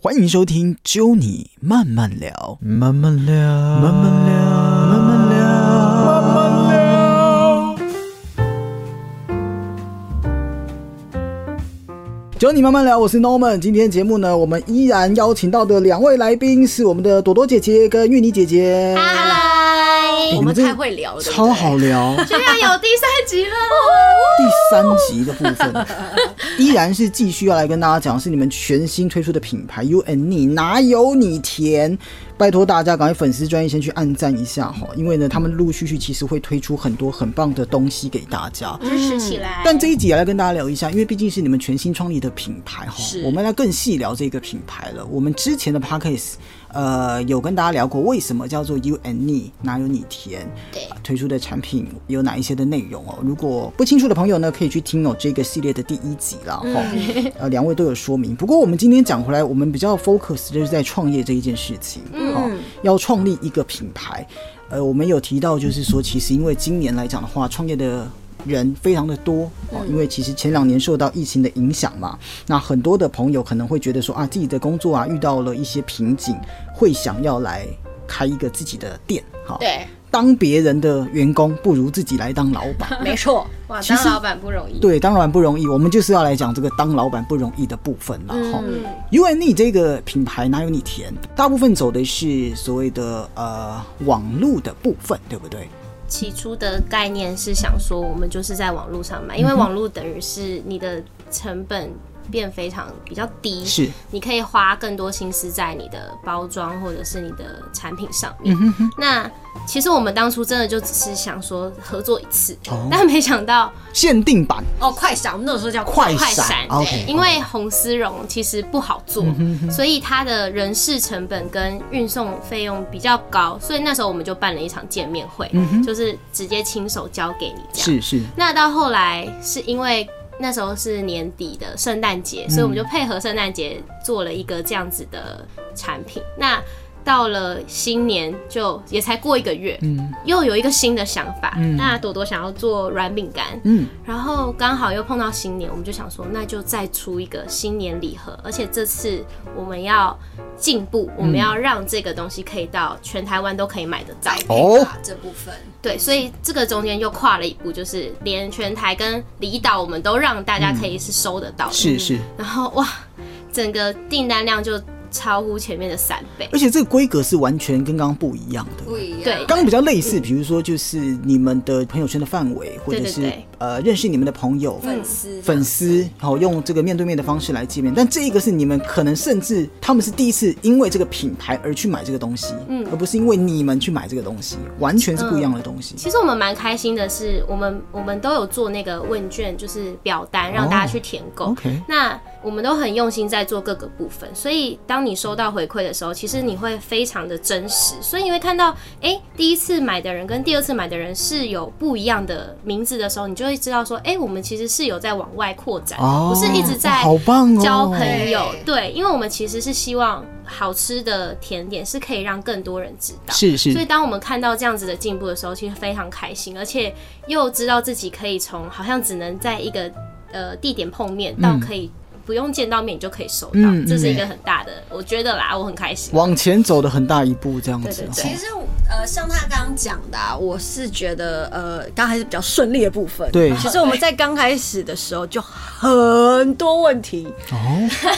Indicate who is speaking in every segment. Speaker 1: 欢迎收听《揪你慢慢聊》，
Speaker 2: 慢慢聊，慢
Speaker 1: 慢聊慢慢聊
Speaker 2: 慢慢聊。
Speaker 1: 揪你慢慢聊，我是 Norman。今天节目呢，我们依然邀请到的两位来宾是我们的朵朵姐姐跟芋泥姐姐。
Speaker 3: 嗨，
Speaker 1: 哎
Speaker 3: 我们太会聊了，对不对
Speaker 1: 超哦好，聊。
Speaker 3: 居然有第三集了，
Speaker 1: 第三集的部分，依然是继续要来跟大家讲，是你们全新推出的品牌 You and Me，哪有你甜？拜托大家赶快粉丝专业先去按赞一下哈，因为呢，他们陆陆续续其实会推出很多很棒的东西给大家。
Speaker 3: 支持起来。
Speaker 1: 但这一集也来跟大家聊一下，因为毕竟是你们全新创立的品牌哈
Speaker 3: 是，
Speaker 1: 我们来更细聊这个品牌了。我们之前的 podcast 呃有跟大家聊过，为什么叫做 You and Me，哪有你甜？
Speaker 3: 对
Speaker 1: 呃推出的产品有哪一些的内容哦？如果不清楚的朋友呢，可以去听哦这个系列的第一集啦哈。
Speaker 3: 嗯
Speaker 1: 呃，两位都有说明。不过我们今天讲回来，我们比较 focus 就是在创业这一件事情，
Speaker 3: 嗯
Speaker 1: 哈、要创立一个品牌。呃，我们有提到，就是说，其实因为今年来讲的话，创业的人非常的多哦，因为其实前两年受到疫情的影响嘛，那很多的朋友可能会觉得说啊，自己的工作啊遇到了一些瓶颈，会想要来开一个自己的店，好，
Speaker 3: 对，
Speaker 1: 当别人的员工不如自己来当老板，
Speaker 3: 没错，
Speaker 4: 哇，
Speaker 1: 其
Speaker 4: 当
Speaker 1: 实
Speaker 4: 老板不容易。
Speaker 1: 对，当然不容易，我们就是要来讲这个当老板不容易的部分啦。哈、u n e 这个品牌哪有你甜？大部分走的是所谓的呃网络的部分，对不对？
Speaker 4: 起初的概念是想说，我们就是在网络
Speaker 1: 嗯
Speaker 4: 上卖，因为网络等于是你的成本变非常比较低，
Speaker 1: 是
Speaker 4: 你可以花更多心思在你的包装或者是你的产品上
Speaker 1: 嗯
Speaker 4: 面。那其实我们当初真的就只是想说合作一次，
Speaker 1: 哦
Speaker 4: 但没想到
Speaker 1: 限定版
Speaker 3: 哦，快闪，我们那时候叫
Speaker 1: 快
Speaker 4: 快
Speaker 1: 闪
Speaker 4: 闪
Speaker 1: ，OK，
Speaker 4: 因为红丝绒其实不好做，所以它的人事成本跟运送费用比较高，所以那时候我们就办了一场见面会，就是直接亲手交给你这样。
Speaker 1: 嗯是是
Speaker 4: 那到后来是因为那时候是年底的圣诞
Speaker 1: 嗯
Speaker 4: 节，所以我们就配合圣诞节做了一个这样子的产品。那到了新年就也才过一个月，
Speaker 1: 嗯
Speaker 4: 又有一个新的想法。那朵朵想要做软饼干，
Speaker 1: 嗯
Speaker 4: 然后刚好又碰到新年，我们就想说，那就再出一个新年礼盒，而且这次我们要进步，我们要让这个东西可以到全台湾都可以买得到。
Speaker 1: 哦
Speaker 3: 哦，这部分
Speaker 4: 对，所以这个中间又跨了一步，就是连全台跟离岛，我们都让大家可以是收得到的。
Speaker 1: 嗯是是，
Speaker 4: 然后哇，整个订单量就超乎前面的三倍。
Speaker 1: 而且这个规格是完全跟刚刚不一样的。
Speaker 3: 不一样，
Speaker 4: 对
Speaker 1: 刚刚比较类似，比如说就是你们的朋友圈的范围，或者
Speaker 4: 对对
Speaker 1: 是
Speaker 4: 对
Speaker 1: 呃认识你们的朋友、
Speaker 3: 粉丝
Speaker 1: 粉丝，然后用这个面对面的方式来见面。但这一个是你们可能甚至他们是第一次因为这个品牌而去买这个东西，嗯，而不是因为你们去买这个东西，完全是不一样的东西。
Speaker 4: 其实我们蛮开心的是，我们我们都有做那个问卷，就是表单让大
Speaker 1: 哦
Speaker 4: 家去填购。
Speaker 1: OK
Speaker 4: 那我们都很用心在做各个部分，所以当你收到回馈的时候，其实你会非常的真实，所以你会看到，哎、第一次买的人跟第二次买的人是有不一样的名字的时候，你就会知道说，哎、我们其实是有在往外扩展，
Speaker 1: 哦
Speaker 4: 不是一直在
Speaker 1: 好棒哦
Speaker 4: 交朋友。对，因为我们其实是希望好吃的甜点是可以让更多人知道。
Speaker 1: 是是
Speaker 4: 所以当我们看到这样子的进步的时候，其实非常开心，而且又知道自己可以从好像只能在一个呃地点碰面，到可以不用见到面你就可以收到，
Speaker 1: 嗯嗯嗯
Speaker 4: 这是一个很大的，我觉得啦，我很开心。
Speaker 1: 往前走的很大一步，这样子
Speaker 4: 对对。对
Speaker 3: 其实呃，像他刚刚讲的、啊，我是觉得呃，刚还是比较顺利的部分。
Speaker 1: 对
Speaker 3: 其实我们在刚开始的时候就很多问 题，
Speaker 1: 哦，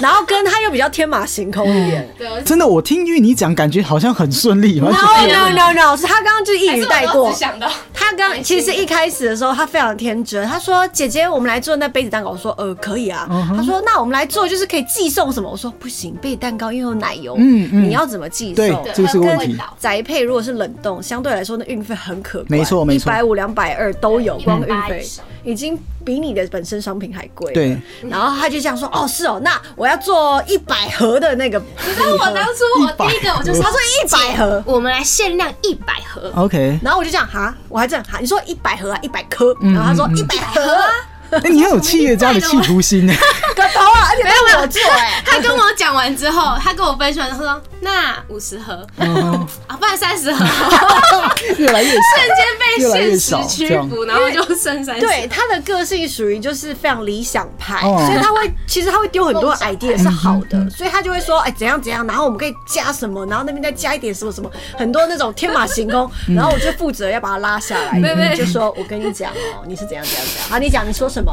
Speaker 3: 然后跟他又比较天马行空一点。
Speaker 1: 真的，我听玉你讲，感觉好像很顺 利，完
Speaker 3: No
Speaker 1: 全
Speaker 3: no no no，是他刚刚就一
Speaker 4: 还
Speaker 3: 语
Speaker 4: 是
Speaker 3: 带
Speaker 4: 我
Speaker 3: 过
Speaker 4: 都只。想到
Speaker 3: 他刚其实一开始的时候，他非常天真，他说：“姐姐，我们来做那杯子蛋糕。”我说：“呃，可以啊。
Speaker 1: 嗯
Speaker 3: 他说：“那我们来做，就是可以寄送什么？”我说：“不行，杯子蛋糕因为有奶油，
Speaker 1: 嗯嗯
Speaker 3: 你要怎么寄
Speaker 1: 对
Speaker 3: 送？
Speaker 1: 这个是个问题。
Speaker 3: 宅配如果是冷冻，相对来说那运费很可观，
Speaker 1: 没错没错
Speaker 3: 一百五、两百二都有，光运
Speaker 4: 180
Speaker 3: 费已经比你的本身商品还贵。
Speaker 1: 对，
Speaker 3: 然后他就这样说：“哦，是哦，那我要做一百盒的那个。”
Speaker 4: 你知道我当初我第一个我就说
Speaker 3: 他说一百盒，
Speaker 4: 我们来限量一百盒，
Speaker 1: ，OK，嗯
Speaker 3: 然后我就这样哈，我还这样哈，你说一百盒啊，一百颗，然后他说一百盒啊，
Speaker 1: 哎，你很有企业家的企图 心呢。
Speaker 5: 个头啊，而且都是我做哎、
Speaker 4: 他跟我讲完之后，他跟我分享，他说：“那五十盒
Speaker 1: 嗯
Speaker 4: 啊，不然三十盒。”
Speaker 1: 越来越少。
Speaker 4: 瞬
Speaker 1: 越来
Speaker 4: 间
Speaker 1: 越
Speaker 4: 被现实
Speaker 1: 少
Speaker 4: 屈服，然后就剩三十。
Speaker 5: 对， 他的个性属于就是非常理想派，
Speaker 1: 哦
Speaker 5: 所以他会其实他会丢很多
Speaker 6: 梦想
Speaker 5: idea 是好的，所以他就会说哎、怎样怎样，然后我们可以加什么，然后那边再加一点什么什么，很多那种天马行空，然后我就负责要把他拉下来，
Speaker 4: 没
Speaker 5: 就说我跟你讲哦，你是怎样怎样怎样，好你讲你说什么，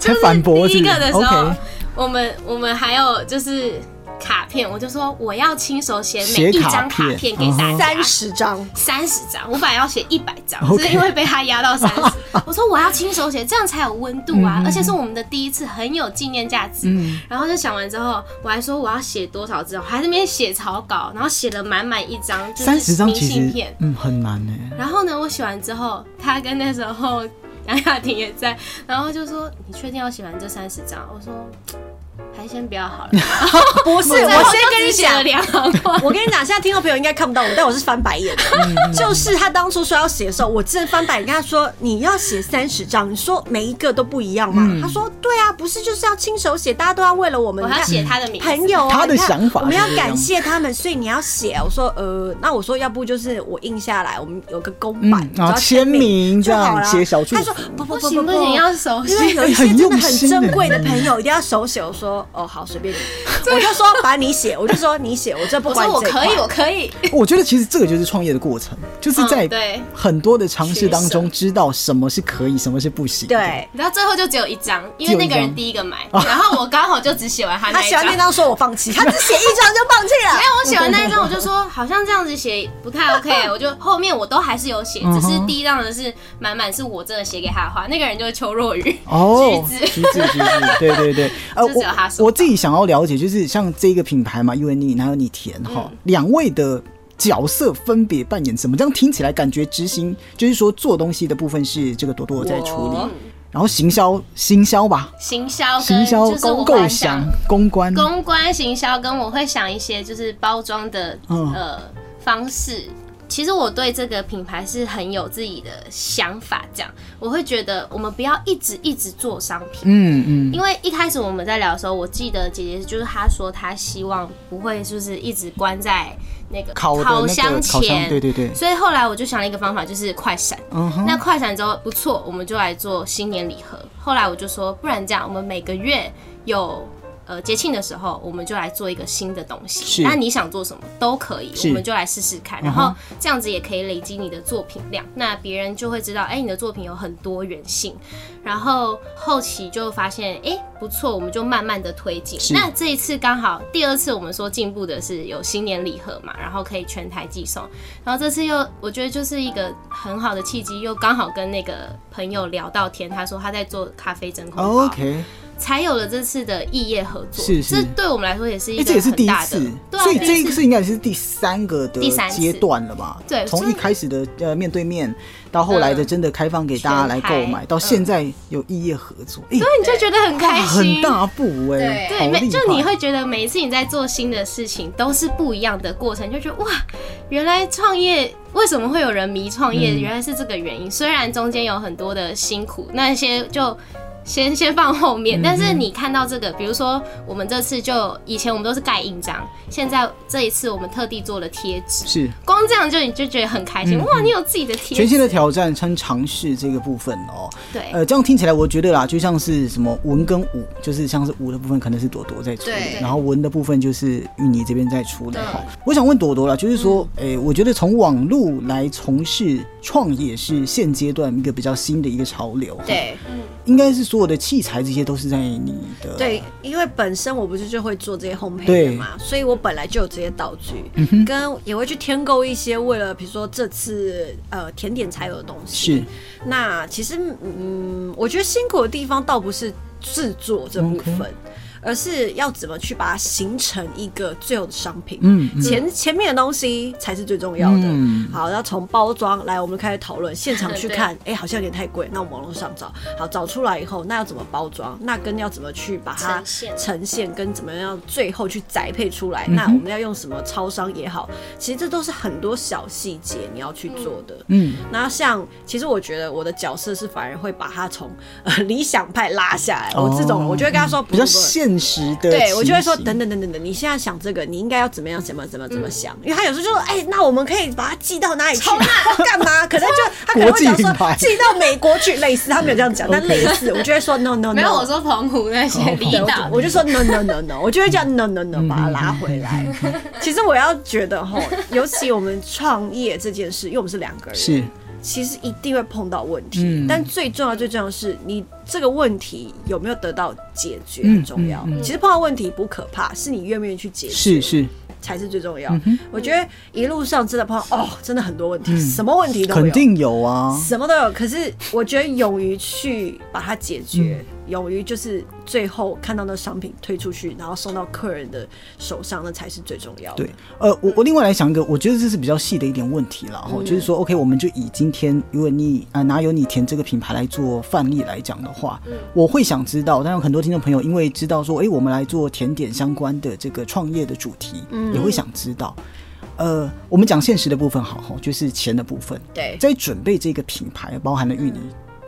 Speaker 4: 就 是
Speaker 1: 反驳
Speaker 4: 第一个
Speaker 1: 是不
Speaker 4: 的
Speaker 1: 是
Speaker 4: 时候
Speaker 1: OK
Speaker 4: 我们我们还有就是卡片，我就说我要亲手写
Speaker 1: 写
Speaker 4: 每一
Speaker 1: 卡
Speaker 4: 张卡
Speaker 1: 片嗯
Speaker 4: 片给大家
Speaker 5: 三。十张。
Speaker 4: 三十张，我本来要写一百张，
Speaker 1: OK
Speaker 4: 只是因为被他压到三十。 我说我要亲手写，这样才有温度
Speaker 1: 嗯
Speaker 4: 啊，而且是我们的第一次，很有纪念价值。然后就想完之后，我还说我要写多少张，我还在那边写草稿，然后写了满满一张，就
Speaker 1: 三十
Speaker 4: 是
Speaker 1: 张
Speaker 4: 明
Speaker 1: 其
Speaker 4: 信
Speaker 1: 实
Speaker 4: 片。
Speaker 1: 嗯很难呢。
Speaker 4: 然后呢，我写完之后，他跟那时候杨雅婷也在，然后就说：“你确定要写完这三十张？”我说：“还先不要 好了。
Speaker 5: 不是，”
Speaker 4: 最后
Speaker 5: 我先
Speaker 4: 就
Speaker 5: 跟你
Speaker 4: 只写
Speaker 5: 讲
Speaker 4: 了，两行话。
Speaker 5: 我跟你讲，现在听众朋友应该看不到我，但我是翻白眼的。就是他当初说要写的时候，我真的翻白眼跟他说：“你要写三十张，你说每一个都不一样吗？”他说：“对啊，不是就是要亲手写，大家都要为了我们。”
Speaker 4: 我还要写他的名字，
Speaker 5: 朋友啊，
Speaker 1: 他的
Speaker 5: 你看
Speaker 1: 想法
Speaker 5: 我们
Speaker 1: 是
Speaker 5: 要
Speaker 1: 这样
Speaker 5: 感谢他们，所以你要写。我说，呃，那我说，要不就是我印下来，我们有个公版
Speaker 1: 嗯，
Speaker 5: 只要
Speaker 1: 然后签名
Speaker 5: 就好
Speaker 1: 这样
Speaker 5: 了
Speaker 1: 写小祝
Speaker 5: 他
Speaker 1: 福
Speaker 5: 说不不
Speaker 4: 不
Speaker 5: 不
Speaker 4: 行不
Speaker 5: 不
Speaker 4: 行，要手
Speaker 5: 因为
Speaker 4: 写。
Speaker 5: 有一些真的很珍贵的
Speaker 1: 很用心的欸
Speaker 5: 朋友，一定要手写。我说哦，好，随 便你。我就说把你写，我就说你写，我这不
Speaker 4: 我
Speaker 5: 管
Speaker 4: 说
Speaker 5: 你
Speaker 4: 我
Speaker 5: 这一
Speaker 4: 可以，
Speaker 5: 块
Speaker 4: 我可以。
Speaker 1: 我觉得其实这个就是创业的过程，就是
Speaker 4: 嗯
Speaker 1: 在
Speaker 4: 对
Speaker 1: 很多的尝试当
Speaker 4: 取
Speaker 1: 中，知道什么是可以，什么是不行。，
Speaker 5: 对。
Speaker 4: 你知道最后就只有一张，因为那
Speaker 1: 只
Speaker 4: 个
Speaker 1: 有一
Speaker 4: 人
Speaker 1: 张
Speaker 4: 第一个买，然后我刚好就只写完他
Speaker 5: 他
Speaker 4: 那一
Speaker 5: 写完
Speaker 4: 张
Speaker 5: 那。张说我放弃，他只写一张就放弃了
Speaker 4: 没。有，我写完那一张，我就说好像这样子写不太 OK，我就后面我都还是有写，
Speaker 5: 嗯
Speaker 4: 只是第一张的是满满是我真的写给他的话，那个人就是邱若愚。
Speaker 1: 哦，
Speaker 4: 橘
Speaker 1: 子，橘子，橘子，对对 对。呃，
Speaker 4: 这只有他收
Speaker 1: 我我自己想要了解，就是像这个品牌嘛，U N E，还有你田
Speaker 4: 嗯
Speaker 1: 哈，两位的角色分别扮演什么？这样听起来感觉执行就是说做东西的部分是这个朵朵在处理
Speaker 5: 我，
Speaker 1: 然后行销，行销吧，
Speaker 4: 行销跟
Speaker 1: 行销
Speaker 4: 就是我
Speaker 1: 构
Speaker 4: 会
Speaker 1: 想
Speaker 4: 想
Speaker 1: 公关，
Speaker 4: 公关行销，跟我会想一些就是包装的、
Speaker 1: 嗯
Speaker 4: 呃方式。其实我对这个品牌是很有自己的想法，这样我会觉得我们不要一直一直做商品，
Speaker 1: 嗯嗯
Speaker 4: 因为一开始我们在聊的时候，我记得姐姐就是她说她希望不会就是一直关在那个
Speaker 1: 烤的那个
Speaker 4: 箱
Speaker 1: 烤箱
Speaker 4: 前，
Speaker 1: 对对对
Speaker 4: 所以后来我就想了一个方法，就是快闪。
Speaker 1: 嗯哼，
Speaker 4: 那快闪之后不错，我们就来做新年礼盒。后来我就说，不然这样，我们每个月有呃节庆的时候，我们就来做一个新的东
Speaker 1: 是
Speaker 4: 西。那你想做什么都可以，
Speaker 1: 是嗯
Speaker 4: 我们就来试试看。然后这样子也可以累积你的作品量，那别人就会知道，哎、你的作品有很多元性。然后后期就发现，哎、不错，我们就慢慢的推进
Speaker 1: 是。
Speaker 4: 那这一次刚好第二次我们说进步的是有新年礼盒嘛，然后可以全台寄送。然后这次又我觉得就是一个很好的契机，又刚好跟那个朋友聊到天，他说他在做咖啡真空包
Speaker 1: 哦 OK，
Speaker 4: 才有了这次的异业合作。
Speaker 1: 是是
Speaker 4: 这对我们来说也是一
Speaker 1: 哎，
Speaker 4: 个
Speaker 1: 这也是第一
Speaker 4: 很大的，
Speaker 1: 次，
Speaker 4: 对啊，
Speaker 1: 所以
Speaker 4: 第
Speaker 1: 这
Speaker 4: 一
Speaker 1: 一
Speaker 4: 次
Speaker 1: 次应该是第三个的
Speaker 4: 第三次
Speaker 1: 阶段了吧？
Speaker 4: 对
Speaker 1: 从
Speaker 4: 所
Speaker 1: 一
Speaker 4: 以
Speaker 1: 开始的呃面对面，到后来的
Speaker 4: 嗯
Speaker 1: 真的开放给大家来购
Speaker 4: 全
Speaker 1: 买，
Speaker 4: 开
Speaker 1: 到现在有异业合作，哎，
Speaker 4: 那你就觉得很开心，
Speaker 1: 很大步哎，
Speaker 4: 对，
Speaker 1: 好
Speaker 4: 每
Speaker 1: 厉
Speaker 4: 就
Speaker 1: 害
Speaker 4: 你会觉得每一次你在做新的事情都是不一样的过程，就觉得哇，原来创业为什么会有人迷创业，原来是这个原因。虽然中间有很多的辛苦，那些就。先 先放后面，但是你看到这个，比如说我们这次就以前我们都是盖印章，现在这一次我们特地做了贴纸，
Speaker 1: 是
Speaker 4: 光这样就你就觉得很开心，哇，你有自己的贴纸，
Speaker 1: 全新的挑战跟尝试这个部分哦。
Speaker 4: 对，
Speaker 1: 呃，这样听起来，我觉得啦，就像是什么文跟武，就是像是武的部分可能是朵朵在处理
Speaker 6: 对，
Speaker 1: 然后文的部分就是芋泥这边在处理哈。我想问朵朵啦，就是说，
Speaker 5: 嗯
Speaker 1: 诶、我觉得从网络来从事创业是现阶段一个比较新的一个潮流，，
Speaker 5: 对
Speaker 1: 应该是所有的器材这些都是在你的
Speaker 5: 对，因为本身我不是就会做这些烘焙
Speaker 1: 对嗯
Speaker 5: 的嘛，所以我本来就有这些道具，跟也会去添购一些为了比如说这次呃甜点才有的东西。
Speaker 1: 是
Speaker 5: 那其实嗯，我觉得辛苦的地方倒不是制作这部分。而是要怎么去把它形成一个最后的商品。
Speaker 1: 嗯嗯
Speaker 5: 前前面的东西才是最重要的。
Speaker 1: 嗯
Speaker 5: 好，要从包装来，我们开始讨论，现场去
Speaker 4: 对
Speaker 5: 看，哎、好像有点太贵，那我们网络上找。好，找出来以后，那要怎么包装？那跟要怎么去把它
Speaker 4: 呈现
Speaker 5: 呈现，跟怎么样最后去宅配出
Speaker 1: 嗯
Speaker 5: 来？那我们要用什么超商也好，其实这都是很多小细节你要去做的。
Speaker 1: 嗯，
Speaker 5: 那像，其实我觉得我的角色是反而会把他从呃理想派拉下来。我这种，
Speaker 1: 哦
Speaker 5: 我就会跟他说，
Speaker 1: 比较
Speaker 5: 不不不
Speaker 1: 现实的情形，
Speaker 5: 对，我就会说等等等等等，你现在想这个，你应该要怎么样，怎么怎么怎么想？
Speaker 1: 嗯
Speaker 5: 因为他有时候就说，哎、那我们可以把它寄到哪里去？干 嘛？可能就他可能
Speaker 1: 国
Speaker 5: 会
Speaker 1: 际
Speaker 5: 讲
Speaker 1: 品牌
Speaker 5: 说寄到美国去，类似他没有这样讲，但类 似，我就会说 no no no。
Speaker 4: 没有，我说澎湖那些离
Speaker 5: 对我就
Speaker 4: 岛，
Speaker 5: 我就说 no no no no，我就会这样 no no no 把它拉回 来。其实我要觉得吼，尤其我们创业这件事，因为我们是两个人，
Speaker 1: 是
Speaker 5: 其实一定会碰到问题，
Speaker 1: 嗯
Speaker 5: 但最重要、最重要的是你这个问题有没有得到解决
Speaker 1: 嗯
Speaker 5: 很重要。
Speaker 1: 嗯
Speaker 5: 其实碰到问题不可怕，是你愿不愿意去解决
Speaker 1: 是是，嗯
Speaker 5: 才是最重要。我觉得一路上真的碰到哦，真的很多问题，什么问题都有，
Speaker 1: 肯定有啊。
Speaker 5: 什么都有。可是我觉得勇于去把它解决，
Speaker 1: 嗯
Speaker 5: 勇于就是最后看到那商品推出去，然后送到客人的手上，那才是最重要的。
Speaker 1: 对，呃，我我另外来想一个，我觉得这是比较细的一点问题了哈，就是说，OK，我们就以今天如果你啊、拿有你田这个品牌来做范例来讲的话，我会想知道，当然很多听众朋友因为知道说，诶，我们来做甜点相关的这个创业的主题，也会想知道。呃，我们讲现实的部分好哈，就是钱的部分。
Speaker 5: 对
Speaker 1: 在准备这个品牌，包含了芋泥，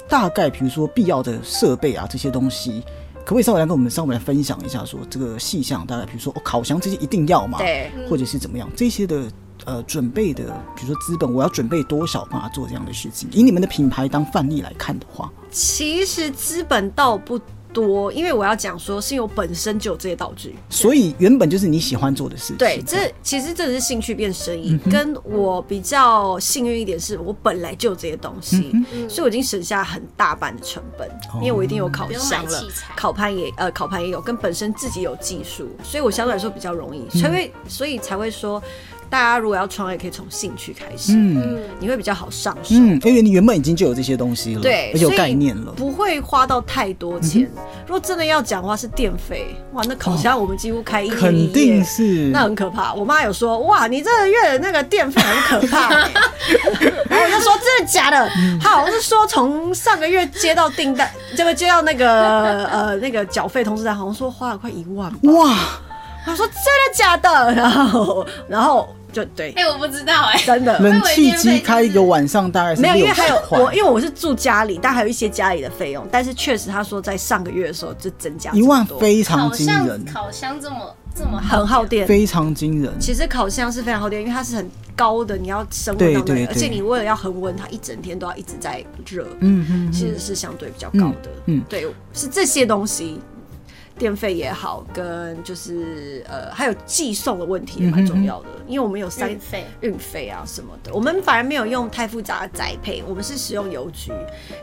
Speaker 1: 大概比如说必要的设备啊这些东西，可不可以稍微来跟我们稍微来分享一下说这个细项？大概比如说、哦、烤箱这些一定要嘛，
Speaker 5: 对，
Speaker 1: 或者是怎么样这些的呃准备的，比如说资本，我要准备多少嘛做这样的事情？以你们的品牌当范例来看的话，
Speaker 5: 其实资本倒不多，因为我要讲说，是因为我本身就有这些道具。
Speaker 1: 所以原本就是你喜欢做的事情，
Speaker 5: 对，这其实这只是嗯兴趣变生意。跟我比较幸运一点是，我本来就有这些东西，所以我已经省下很大半的成本，因为我一定有烤箱
Speaker 4: 不用
Speaker 5: 了
Speaker 4: 买器材，
Speaker 5: 烤盘也呃烤盘也有，跟本身自己有技术，所以我相对来说比较容易，才会所以才会说，大家如果要创业，可以从兴趣开始，
Speaker 1: 嗯
Speaker 5: 你会比较好上手。
Speaker 1: 嗯，因为你原本已经就有这些东西了，
Speaker 5: 对，
Speaker 1: 而且有
Speaker 5: 所以
Speaker 1: 概念了，嗯
Speaker 5: 不会花到太多钱。如果真的要讲的话，是电费，哇，那烤箱我们几乎开一天一
Speaker 1: 哦肯
Speaker 5: 夜
Speaker 1: 定。是
Speaker 5: 那很可怕，我妈有说，哇，你这个月的那个电费很可 怕、欸，然后我就说真的假的？
Speaker 1: 嗯
Speaker 5: 好，我是说从上个月接到订单，这个接到那个呃那个缴费通知单，好像说花了快一万吧，
Speaker 1: 哇，
Speaker 5: 我说真的假的？然后然后就对，
Speaker 4: 哎、我不知道 哎、
Speaker 5: 真的，
Speaker 1: 冷气机开一个晚上大概是
Speaker 5: 没有，因为
Speaker 1: 60
Speaker 5: 还有
Speaker 1: 块
Speaker 5: 我，因为我是住家里，但还有一些家里的费用。但是确实，他说在上个月的时候就增加
Speaker 1: 一万
Speaker 5: 这么多，
Speaker 1: 非常
Speaker 4: 烤
Speaker 1: 惊
Speaker 4: 箱
Speaker 1: 人，
Speaker 4: 烤箱这么这么好，
Speaker 5: 很耗电。
Speaker 1: 非常惊人。
Speaker 5: 其实烤箱是非常耗电，因为它是很高的，你要升温
Speaker 1: 对
Speaker 5: 到那
Speaker 1: 对
Speaker 5: 里，
Speaker 1: 对
Speaker 5: 而且你为了要恒温，它一整天都要一直在热，
Speaker 1: 嗯嗯
Speaker 5: 其实是相对比较高的。
Speaker 1: 嗯嗯
Speaker 5: 对，是这些东西，电费也好，跟就是呃，还有寄送的问题也
Speaker 1: 嗯
Speaker 5: 蛮重要的，因为我们有三
Speaker 4: 运费
Speaker 5: 运费啊什么的，我们反而没有用太复杂的宅配，我们是使用邮局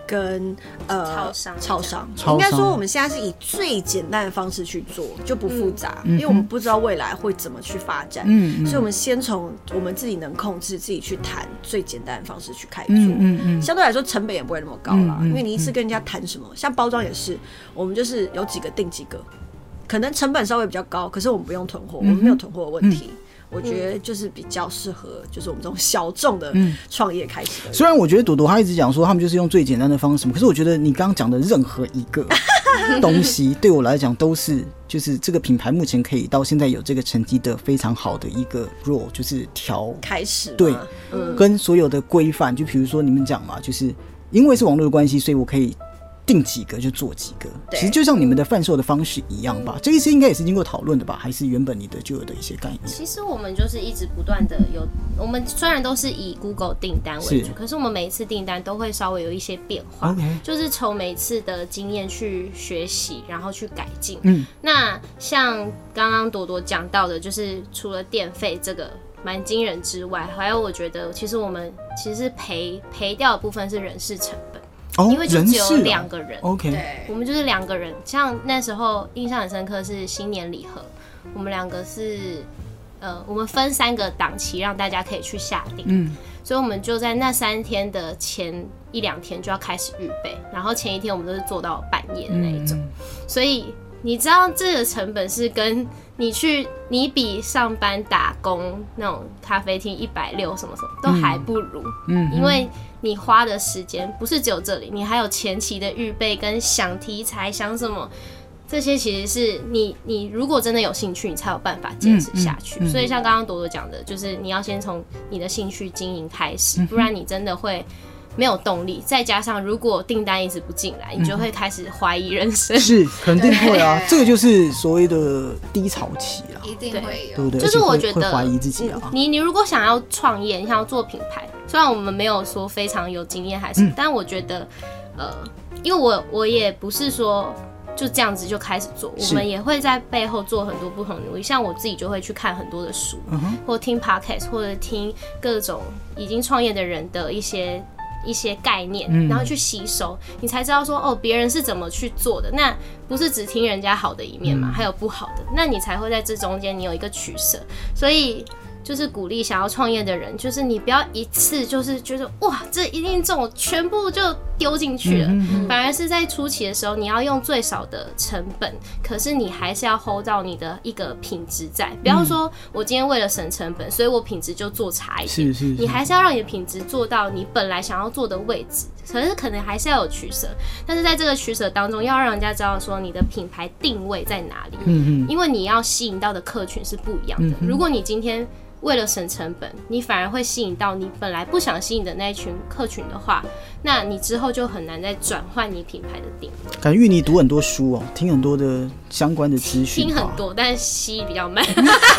Speaker 5: 跟呃
Speaker 4: 超商
Speaker 5: 超商
Speaker 1: 超。商
Speaker 5: 应该说我们现在是以最简单的方式去做，就不复杂，因为我们不知道未来会怎么去发展，
Speaker 1: 嗯嗯嗯
Speaker 5: 所以我们先从我们自己能控制自己去谈最简单的方式去开做。
Speaker 1: 嗯嗯嗯，
Speaker 5: 相对来说成本也不会那么高啦，
Speaker 1: 嗯嗯
Speaker 5: 因为你一次跟人家谈什么，像包装也是，我们就是有几个定几个，可能成本稍微比较高，可是我们不用囤货，
Speaker 1: 嗯
Speaker 5: 我们没有囤货的问题。我觉得就是比较适合，就是我们这种小众的
Speaker 1: 嗯
Speaker 5: 创业开始的人。
Speaker 1: 虽然我觉得朵朵她一直讲说他们就是用最简单的方式，可是我觉得你刚刚讲的任何一 个东西，对我来讲都是就是这个品牌目前可以到现在有这个成绩的非常好的一个 role，就是调
Speaker 5: 开始嘛
Speaker 1: 对
Speaker 5: 嗯，
Speaker 1: 跟所有的规范，就比如说你们讲嘛，就是因为是网络的关系，所以我可以定几个就做几个。
Speaker 5: 对
Speaker 1: 其实就像你们的贩售的方式一样吧，这一些应该也是经过讨论的吧，还是原本你的就有的一些概念？
Speaker 4: 其实我们就是一直不断的有，我们虽然都是以 Google 订单为
Speaker 1: 是啊
Speaker 4: 主，可是我们每一次订单都会稍微有一些变化
Speaker 1: OK
Speaker 4: 就是从每一次的经验去学习，然后去改进。
Speaker 1: 嗯，
Speaker 4: 那像刚刚朵朵讲到的，就是除了电费这个。蛮惊人之外，还有我觉得，其实我们其实赔赔掉的部分是人事成本，
Speaker 1: 哦，
Speaker 4: 因为就
Speaker 1: 人
Speaker 4: 只有
Speaker 1: 事啊
Speaker 4: 两个人，
Speaker 1: OK，
Speaker 4: 我们就是两个人，像那时候印象很深刻是新年礼盒，我们两个是呃，我们分三个档期让大家可以去下定，
Speaker 1: 嗯，
Speaker 4: 所以我们就在那三天的前一两天就要开始预备，然后前一天我们都是做到半夜的那一种，所以你知道这个成本是跟你去你比上班打工那种咖啡厅一百六什么什么都还不如，
Speaker 1: 嗯，
Speaker 4: 因为你花的时间不是只有这里，你还有前期的预备跟想题材、想什么，这些其实是你你如果真的有兴趣，你才有办法坚持下去。
Speaker 1: 嗯嗯嗯
Speaker 4: 所以像刚刚朵朵讲的，就是你要先从你的兴趣经营开
Speaker 1: 嗯
Speaker 4: 始，不然你真的会。没有动力，再加上如果订单一直不进来，你就会开始怀疑人生。
Speaker 1: 是肯定会啊，这个就是所谓的低潮期啦，
Speaker 5: 一定会有
Speaker 1: 对。不对？
Speaker 4: 就是
Speaker 1: 而且会
Speaker 4: 我觉
Speaker 1: 会
Speaker 4: 得嗯
Speaker 1: 怀疑自己啊，
Speaker 4: 你你如果想要创业，你想要做品牌，虽然我们没有说非常有经验还
Speaker 1: 嗯
Speaker 4: 是，但我觉得，呃，因为我我也不是说就这样子就开始做，我
Speaker 1: 是
Speaker 4: 们也会在背后做很多不同的努力。像我自己就会去看很多的书，
Speaker 1: 嗯
Speaker 4: 或听 podcast，或者听各种已经创业的人的一些。一些概念，
Speaker 1: 嗯
Speaker 4: 然后去吸收，你才知道说哦，别人是怎么去做的。那不是只听人家好的一面
Speaker 1: 嗯
Speaker 4: 嘛，还有不好的，那你才会在这中间你有一个取舍。所以就是鼓励想要创业的人，就是你不要一次就是觉得哇，这一定中，我全部就丢进去了。
Speaker 1: 嗯
Speaker 4: 反而是在初期的时候，你要用最少的成本，可是你还是要 hold 到你的一个品质在。不要说
Speaker 1: 嗯
Speaker 4: 我今天为了省成本，所以我品质就做差一点。
Speaker 1: 是是
Speaker 4: 你
Speaker 1: 是，
Speaker 4: 还是要让你的品质做到你本来想要做的位置，可是可能还是要有取舍。但是在这个取舍当中，要让人家知道说你的品牌定位在哪里。
Speaker 1: 嗯嗯，
Speaker 4: 因为你要吸引到的客群是不一样的。如果你今天为了省成本，你反而会吸引到你本来不想吸引的那一群客群的话，那你之后就很难再转换你品牌的定位。
Speaker 1: 感觉芋泥读很多书哦，听很多的相关的资讯，啊
Speaker 4: 听很，多，但吸比较慢，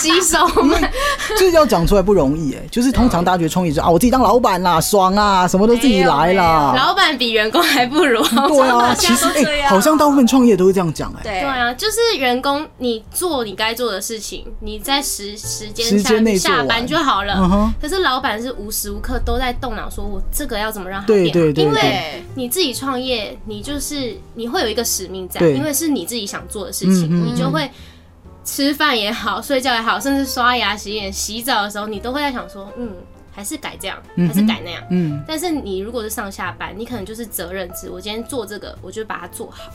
Speaker 4: 吸收
Speaker 1: 嗯
Speaker 4: 慢。
Speaker 1: 这要讲出来不容易哎，就是通常大家觉得创业者啊，我自己当老板啦，爽啊，什么都自己来啦，
Speaker 4: 老板比员工还不如。
Speaker 1: 对啊，
Speaker 3: 老
Speaker 1: 其实
Speaker 3: 大家都这
Speaker 1: 哎，
Speaker 3: 样
Speaker 1: 好像大部分创业都是这样讲哎，
Speaker 4: 对
Speaker 3: 对，
Speaker 4: 啊，就是员工，你做你该做的事情，你在时时间
Speaker 1: 时间内做
Speaker 4: 下
Speaker 1: 完
Speaker 4: 下班就好了。
Speaker 1: 嗯哼
Speaker 4: 可是老板是无时无刻都在动脑，说我这个要怎么让它
Speaker 1: 对
Speaker 4: 变好？
Speaker 1: 对对
Speaker 4: 因为
Speaker 5: 对，
Speaker 4: 你自己创业，你就是你会有一个使命在，
Speaker 1: 对
Speaker 4: 因为是你自己想做的事情，
Speaker 1: 嗯嗯
Speaker 4: 你就会吃饭也好，睡觉也好，甚至刷牙、洗脸、洗澡的时候，你都会在想说，嗯，还是改这样，还是改那样。
Speaker 1: 嗯，
Speaker 4: 但是你如果是上下班，你可能就是责任制，我今天做这个，我就把它做好。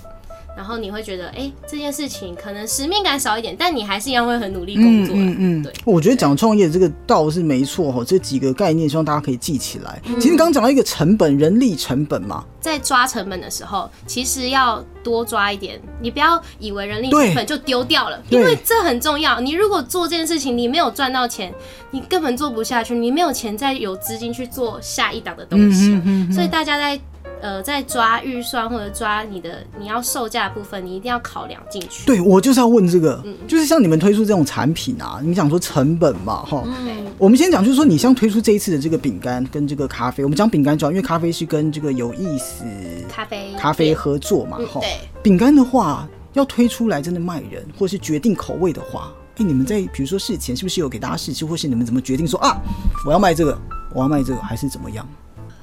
Speaker 4: 然后你会觉得，哎、这件事情可能使命感少一点，但你还是一样会很努力工作、啊
Speaker 1: 嗯嗯
Speaker 4: 对，
Speaker 1: 我觉得讲创业这个倒是没错哈，这几个概念希望大家可以记起来。
Speaker 4: 嗯
Speaker 1: 其实你刚刚讲到一个成本，人力成本嘛，
Speaker 4: 在抓成本的时候，其实要多抓一点，你不要以为人力
Speaker 1: 对
Speaker 4: 成本就丢掉了，
Speaker 1: 对
Speaker 4: 因为这很重要。你如果做这件事情，你没有赚到钱，你根本做不下去，你没有钱再有资金去做下一档的东西。
Speaker 1: 嗯
Speaker 4: 所以大家在呃在抓预算或者抓你的你要售价的部分，你一定要考量进去。
Speaker 1: 对我就是要问这个，就是像你们推出这种产品啊，你讲说成本嘛哈，我们先讲就是说你像推出这一次的这个饼干跟这个咖啡，我们讲饼干主要因为咖啡是跟这个有意思
Speaker 4: 咖啡
Speaker 1: 咖啡
Speaker 4: 店
Speaker 1: 合作嘛哈
Speaker 5: 嗯对，
Speaker 1: 饼干的话要推出来真的卖人，或是决定口味的话。哎、你们在比如说事前是不是有给大家试吃，或是你们怎么决定说啊，我要卖这个，我要卖这个，还是怎么样？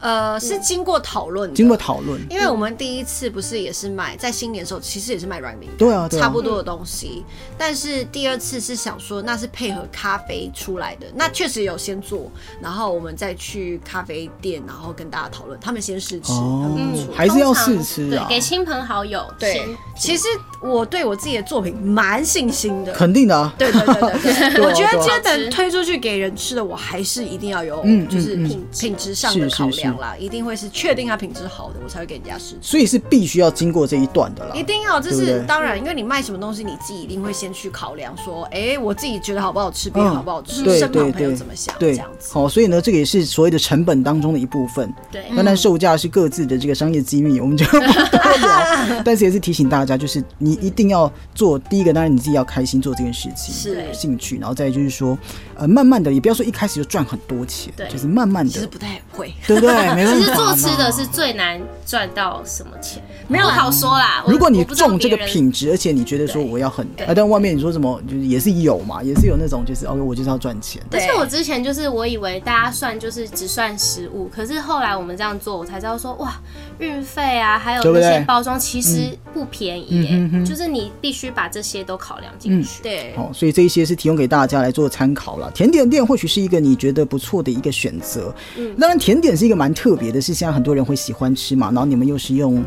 Speaker 5: 呃，是经过讨论的，
Speaker 1: 经过讨论，
Speaker 5: 因为我们第一次不是也是卖在新年的时候，其实也是卖软饼干，
Speaker 1: 对啊对啊
Speaker 5: 差不多的东西。但是第二次是想说，那是配合咖啡出来的，那确实有先做，然后我们再去咖啡店，然后跟大家讨论，他们先试吃，他
Speaker 1: 哦
Speaker 5: 们
Speaker 4: 嗯，
Speaker 1: 还是要
Speaker 4: 通常
Speaker 1: 试吃啊
Speaker 4: 对，给亲朋好友
Speaker 5: 对
Speaker 4: 先，
Speaker 5: 其实我对我自己的作品蛮信心的。
Speaker 1: 肯定的啊，
Speaker 5: 对对对对对，
Speaker 1: 对啊
Speaker 5: 我觉
Speaker 1: 对
Speaker 5: 得
Speaker 1: 啊
Speaker 5: 今天等推出去给人吃的，我还是一定要有
Speaker 1: 嗯，
Speaker 5: 就是
Speaker 1: 嗯嗯
Speaker 5: 品品质上的
Speaker 1: 是是
Speaker 5: 考量啦，一定会是确定它品质好的，我才会给人家试吃。
Speaker 1: 所以是必须要经过这一段的啦。
Speaker 5: 一定要，这
Speaker 1: 对不
Speaker 5: 是
Speaker 1: 对
Speaker 5: 当然，因为你卖什么东西，你自己一定会先去考量，说，哎，我自己觉得好不好吃，别人好不好吃，
Speaker 1: 嗯对
Speaker 5: 身旁
Speaker 1: 对
Speaker 5: 朋友
Speaker 1: 对，
Speaker 5: 怎么想，这
Speaker 1: 对
Speaker 5: 样，子。
Speaker 1: 好，所以呢，这个也是所谓的成本当中的一部分。
Speaker 4: 对。嗯
Speaker 1: 当然，售价是各自的这个商业机密，我们就 不多 聊。但是也是提醒大家，就是你一定要做第一个，当然你自己要开心做这件事情，
Speaker 5: 是
Speaker 1: 兴趣，然后再就是说，呃，慢慢的，也不要说一开始就赚很多钱，
Speaker 4: 对
Speaker 1: 就是慢慢
Speaker 5: 其实
Speaker 1: 的，
Speaker 5: 不太会，
Speaker 1: 对不对？ 没办法嘛。
Speaker 4: 其实做吃的是最难赚到什么钱，没有好说啦。我
Speaker 1: 如果你
Speaker 4: 我不知道
Speaker 1: 中这个
Speaker 4: 别人
Speaker 1: 品质，而且你觉得说我要很啊，但外面你说什么就是也是有嘛，也是有那种就是 OK，我就是要赚钱。
Speaker 4: 而且我之前就是我以为大家算就是只算食物，可是后来我们这样做，我才知道说哇，运费啊，还有
Speaker 1: 对不
Speaker 4: 那
Speaker 1: 对
Speaker 4: 些包装其实不便宜耶、
Speaker 1: 嗯嗯哼
Speaker 4: 就是你必须把这些都考量进去。
Speaker 5: 对，
Speaker 1: 哦，所以这一些是提供给大家来做参考了。甜点店或许是一个你觉得不错的一个选择。当然，甜点是一个蛮特别的，是现在很多人会喜欢吃嘛。然后你们又是用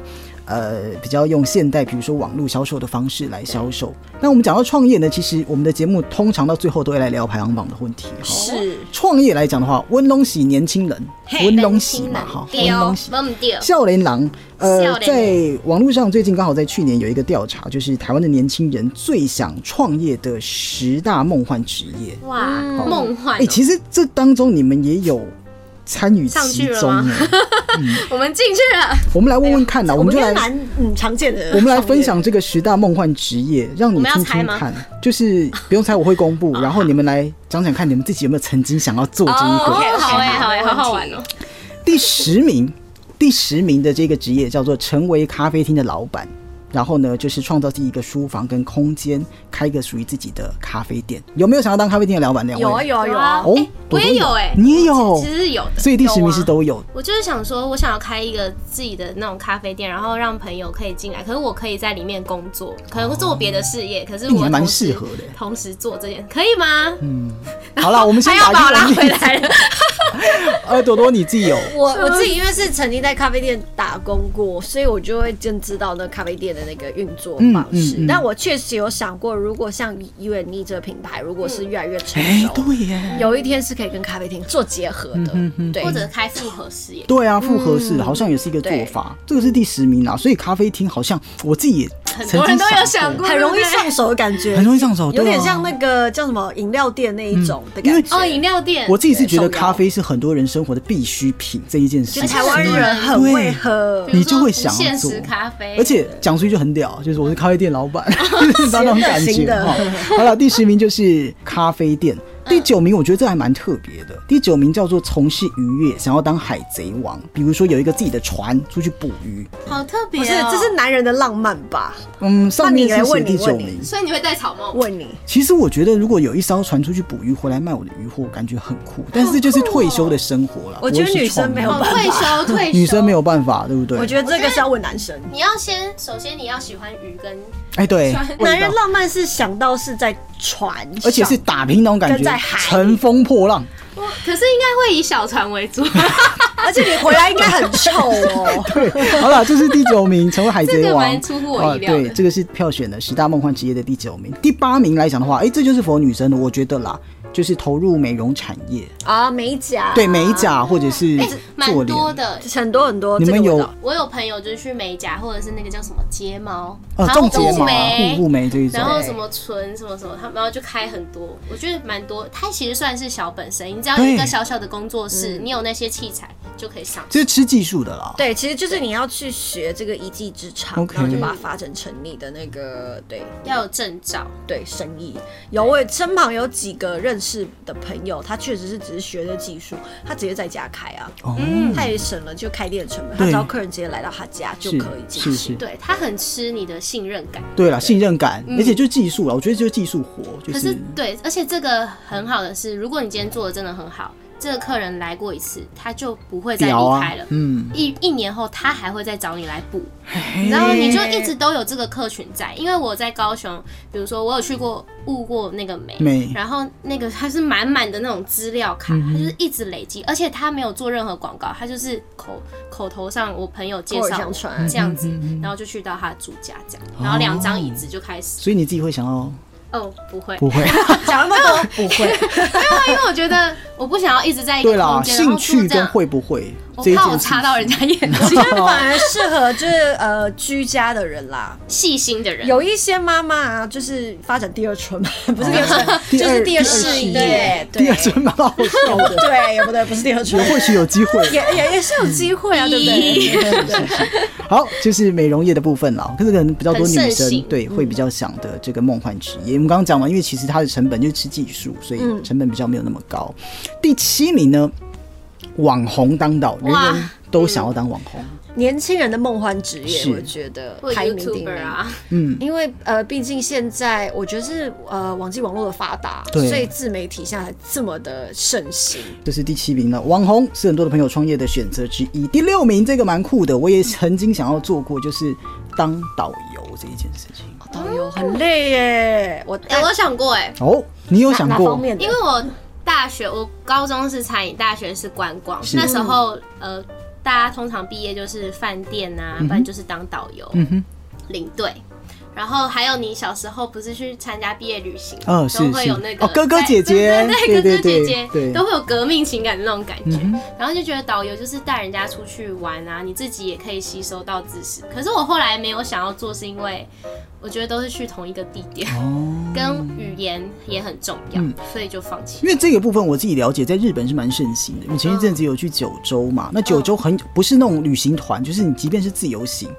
Speaker 1: 呃比较用现代，比如说网络销售的方式来销售。那我们讲到创业呢，其实我们的节目通常到最后都会来聊排行榜的问题。哈
Speaker 5: 是
Speaker 1: 创业来讲的话，温龙喜年轻人，温龙喜嘛哈，温
Speaker 4: 丢，
Speaker 1: 龙喜。
Speaker 4: 我们丢，
Speaker 1: 笑脸郎，呃
Speaker 4: 少，年
Speaker 1: 在网络上最近刚好在去年有一个调查，就是台湾的年轻人最想创业的十大梦幻职业。
Speaker 4: 哇，梦幻
Speaker 1: 哎、
Speaker 4: 哦。
Speaker 1: 其实这当中你们也有参与其中
Speaker 4: 上去了吗
Speaker 1: 哎。
Speaker 4: 我们进去了，
Speaker 1: 我们来问问 看呐，我
Speaker 5: 我
Speaker 1: 们
Speaker 5: 们
Speaker 1: 就
Speaker 5: 应该
Speaker 1: 来。
Speaker 5: 蛮嗯常见的。
Speaker 1: 我们来分享这个十大梦幻职业，让你
Speaker 4: 我们要
Speaker 1: 听
Speaker 4: 猜
Speaker 1: 听
Speaker 4: 吗哦
Speaker 1: 看，就是不用猜，我会 公布，然后你们来讲讲看，你们自己有没有曾经想要做这一个？
Speaker 4: 哦，好哎，
Speaker 5: 好
Speaker 4: 好哎，好
Speaker 5: 没问题
Speaker 4: 好玩哦。
Speaker 1: 第十名，第十名的这个职业叫做成为咖啡厅的老板，然后呢，就是创造自己一个书房跟空间，开一个属于自己的咖啡店。有没有想要当咖啡店的老板？两位
Speaker 5: 有啊有啊有啊，
Speaker 1: 哦
Speaker 4: 哎，我也有哎，
Speaker 1: 你也有
Speaker 4: 其实是有的。
Speaker 1: 所以第十名是
Speaker 4: 有啊
Speaker 1: 都有。
Speaker 4: 我就是想说，我想要开一个自己的那种咖啡店，然后让朋友可以进来，可是我可以在里面工作，可能做别的事业，可是
Speaker 1: 哎你
Speaker 4: 我
Speaker 1: 还蛮
Speaker 4: 同时
Speaker 1: 适合的
Speaker 4: 同时做这件，可以吗？嗯
Speaker 1: 好了，我们先
Speaker 4: 他
Speaker 1: 打
Speaker 4: 要把我拉
Speaker 1: 一个
Speaker 4: 回
Speaker 1: 例子。
Speaker 4: 来了，
Speaker 1: 呃，朵朵你自己有，
Speaker 5: 我 我自己因为是曾经在咖啡店打工过，所以我就会更知道那咖啡店的那个运作方
Speaker 1: 嗯
Speaker 5: 式。
Speaker 1: 嗯嗯
Speaker 5: 但我确实有想过，如果像伊维尼这个品牌，如果是越来越成
Speaker 1: 哎、
Speaker 5: 熟，
Speaker 1: 对嗯耶，
Speaker 5: 有一天是可以跟咖啡厅做结合的。对，
Speaker 4: 或者开复合事业，
Speaker 1: 对啊，复合式好像也是一个做法，这个是第十名啊，所以咖啡厅好像我自己也曾
Speaker 4: 多人
Speaker 1: 经
Speaker 4: 都有想
Speaker 1: 想
Speaker 4: 过，
Speaker 5: 很容易
Speaker 4: 对不对
Speaker 5: 上手的感觉，
Speaker 1: 很容易上手，
Speaker 5: 有点
Speaker 1: 对啊嗯
Speaker 5: 像那个叫什么饮料店那一种的
Speaker 1: 因为
Speaker 5: 感觉。
Speaker 4: 哦，饮料店，
Speaker 1: 我自己是觉得咖啡是很多人生活的必需品这一件事情，
Speaker 5: 台湾人很会喝
Speaker 1: 哎对，啊
Speaker 4: 比如
Speaker 1: 你
Speaker 4: 说
Speaker 1: 就会想
Speaker 4: 无限
Speaker 1: 要做
Speaker 4: 时咖啡，
Speaker 1: 而且讲出去就很屌，就是我是咖啡店老板， 就是那种感
Speaker 5: 行
Speaker 1: 觉
Speaker 5: 嗯的嗯
Speaker 1: 哈。好了，第十名就是咖啡店，第九名我觉得这还蛮特别的。第九名叫做从事渔业，想要当海贼王，比如说有一个自己的船出去捕鱼。
Speaker 4: 好特别
Speaker 5: 不
Speaker 4: 哦，
Speaker 5: 是，这是男人的浪漫吧？
Speaker 1: 嗯，上面
Speaker 5: 那你
Speaker 1: 是
Speaker 5: 来
Speaker 1: 写
Speaker 5: 问你
Speaker 1: 第九
Speaker 5: 问你
Speaker 1: 名。
Speaker 4: 所以你会戴草帽，
Speaker 5: 问你，
Speaker 1: 其实我觉得，如果有一艘船出去捕鱼回来卖我的鱼货，我感觉很 酷。但是这就是退休的生活了。
Speaker 5: 我觉得
Speaker 1: 不会是
Speaker 5: 女生
Speaker 1: 创业
Speaker 5: 没有
Speaker 4: 哦，
Speaker 5: 办法
Speaker 4: 退 休退休，
Speaker 1: 女生没有办法，对不对？
Speaker 5: 我觉得这个是要问男生。
Speaker 4: 你要先，首先你要喜欢鱼跟
Speaker 1: 哎，对，
Speaker 5: 男人浪漫是想到是在船上，
Speaker 1: 而且是打拼那种感
Speaker 5: 跟
Speaker 1: 觉
Speaker 5: 在，海
Speaker 1: 乘风破浪。
Speaker 4: 可是应该会以小船为 主，
Speaker 5: 而且你回来应该很臭哦。
Speaker 1: 对，好了，这是第九名，成为海贼
Speaker 4: 这个
Speaker 1: 王，
Speaker 4: 蛮出乎我意料的
Speaker 1: 啊对，这个是票选的十大梦幻职业的第九名。第八名来讲的话，哎、这就是否女生的，我觉得啦，就是投入美容产业，
Speaker 5: 啊，美甲，
Speaker 1: 对美甲或者是
Speaker 4: 哎，
Speaker 1: 做
Speaker 4: 蛮
Speaker 1: 脸。
Speaker 4: 多的。
Speaker 5: 很多很多。
Speaker 1: 你们
Speaker 5: 这个
Speaker 1: 有
Speaker 5: 味道
Speaker 4: 我有朋友就是去美甲，或者是那个叫什么睫毛，
Speaker 1: 呃
Speaker 4: 然
Speaker 1: 种
Speaker 4: 后
Speaker 1: 睫
Speaker 4: 雾
Speaker 1: 毛、
Speaker 4: 眉
Speaker 1: 护肤眉这一种
Speaker 4: 然，后什么唇什么什么，他然后就开很多，我觉得蛮多。它其实算是小本生意，你只要有一个
Speaker 1: 对
Speaker 4: 小小的工作室，
Speaker 1: 嗯
Speaker 4: 你有那些器材就可以上。
Speaker 1: 这是吃技术的啦。
Speaker 5: 对，其实就是你要去学这个一技之长，
Speaker 1: OK
Speaker 5: 然后就把它发展成你的那个对
Speaker 4: 要有证照，
Speaker 5: 对生意。有我身旁有几个认识的朋友，他确实是只是学的技术，他直接在家开啊，
Speaker 1: 哦，
Speaker 4: 嗯
Speaker 5: 他也省了就开店的成本，他
Speaker 1: 对
Speaker 5: 只要客人直接来到他家就是可以进
Speaker 1: 是
Speaker 5: 行。
Speaker 1: 是，
Speaker 4: 对它很吃你的信任感。
Speaker 1: 对了，信任感，而且就是技术了，我觉得就是技术活，就
Speaker 4: 嗯可是对，而且这个很好的是，如果你今天做的真的很好，这个客人来过一次，他就不会再
Speaker 1: 屌
Speaker 4: 离
Speaker 1: 啊
Speaker 4: 开了。，
Speaker 1: 嗯，
Speaker 4: 一一年后，他还会再找你来 补，然后你就一直都有这个客群在。因为我在高雄，比如说我有去过雾过那个美，
Speaker 1: 美嗯
Speaker 4: 然后那个它是满满的那种资料卡，它就是一直累积，而且它没有做任何广告，它就是口口头上我朋友介
Speaker 5: 口耳
Speaker 4: 绍
Speaker 5: 相传
Speaker 4: 这样子，
Speaker 1: 嗯
Speaker 4: 然后就去到他的住家这样，然后两张椅子就开始
Speaker 1: 所以你自己会想要
Speaker 4: 哦，不会，
Speaker 1: 嗯不会？
Speaker 5: 讲那么多， 不会，
Speaker 4: 因为我觉得我不想要一直在一个
Speaker 1: 对啦，
Speaker 4: 空间，然
Speaker 1: 兴
Speaker 4: 后住
Speaker 1: 趣
Speaker 4: 这
Speaker 1: 跟
Speaker 4: 样，
Speaker 1: 会不会
Speaker 4: 我
Speaker 1: 这一
Speaker 4: 怕我
Speaker 1: 件事
Speaker 4: 插到人家眼睛，
Speaker 1: 哦
Speaker 5: 反而适合就是呃居家的人啦。
Speaker 4: 细心的人。
Speaker 5: 有一些妈妈啊，就是发展第二春嘛， 不是第二春，
Speaker 1: 第
Speaker 5: 就是
Speaker 1: 二
Speaker 5: 哦第二事
Speaker 1: 事
Speaker 5: 业
Speaker 1: 业，，
Speaker 5: 对
Speaker 1: 第二 春蛮好笑的，
Speaker 5: 对，不对，不是第二春
Speaker 1: 也，或许有机会。
Speaker 5: 也也也是有机会啊，对不对？对 对对
Speaker 1: 好，就是美容业的部分啦，可是可能比较多女
Speaker 4: 很盛
Speaker 1: 生
Speaker 4: 行
Speaker 1: 对
Speaker 5: 嗯
Speaker 1: 会比较想的这个梦幻职业。我们刚刚讲嘛，因为其实它的成本就是吃技术，所以
Speaker 5: 嗯
Speaker 1: 成本比较没有那么高。第七名呢，网红当道，人
Speaker 4: 哇
Speaker 1: 人都想要当网
Speaker 5: 嗯
Speaker 1: 红。
Speaker 5: 年轻人的梦幻职业，
Speaker 1: 是
Speaker 5: 我觉得
Speaker 4: 或者
Speaker 5: 排名第一
Speaker 4: YouTuber 啊，
Speaker 5: 因为呃，毕竟现在我觉得是呃，网际网络的发达，
Speaker 1: 对
Speaker 5: 所以自媒体现在这么的盛行。
Speaker 1: 这是第七名了。网红是很多的朋友创业的选择之一。第六名这个蛮酷的，我也曾经想要做过，就是当导游这一件事情。
Speaker 5: 导游很累耶，哦我
Speaker 4: 哎、我想过哎、
Speaker 1: 哦，你有
Speaker 5: 哪
Speaker 1: 想
Speaker 5: 哪
Speaker 1: 过
Speaker 5: 方？面的？
Speaker 4: 因为我大学，我高中是餐饮，大学是观光。
Speaker 1: 是
Speaker 4: 那时候，呃，大家通常毕业就是饭店啊，不然就是当导游、
Speaker 1: 嗯哼，
Speaker 4: 领队。然后还有你小时候不是去参加毕业旅行，
Speaker 1: 哦是
Speaker 4: 都会有
Speaker 1: 是
Speaker 4: 那个
Speaker 1: 哦哥哥姐姐
Speaker 4: 哎对对
Speaker 1: 对
Speaker 4: 对，哥哥姐姐
Speaker 1: 对对对
Speaker 4: 都会有革命情感的那种感觉。
Speaker 1: 嗯哼
Speaker 4: 然后就觉得导游就是带人家出去玩啊，你自己也可以吸收到知识。可是我后来没有想要做，是因为我觉得都是去同一个地点，
Speaker 1: 哦。
Speaker 4: 跟语言也很重要，
Speaker 1: 嗯
Speaker 4: 所以就放弃
Speaker 1: 因。为这个部分我自己了解，在日本是蛮盛行的。我前一阵子有去九州嘛，那九州很不是那种旅行团，就是你即便是自由行，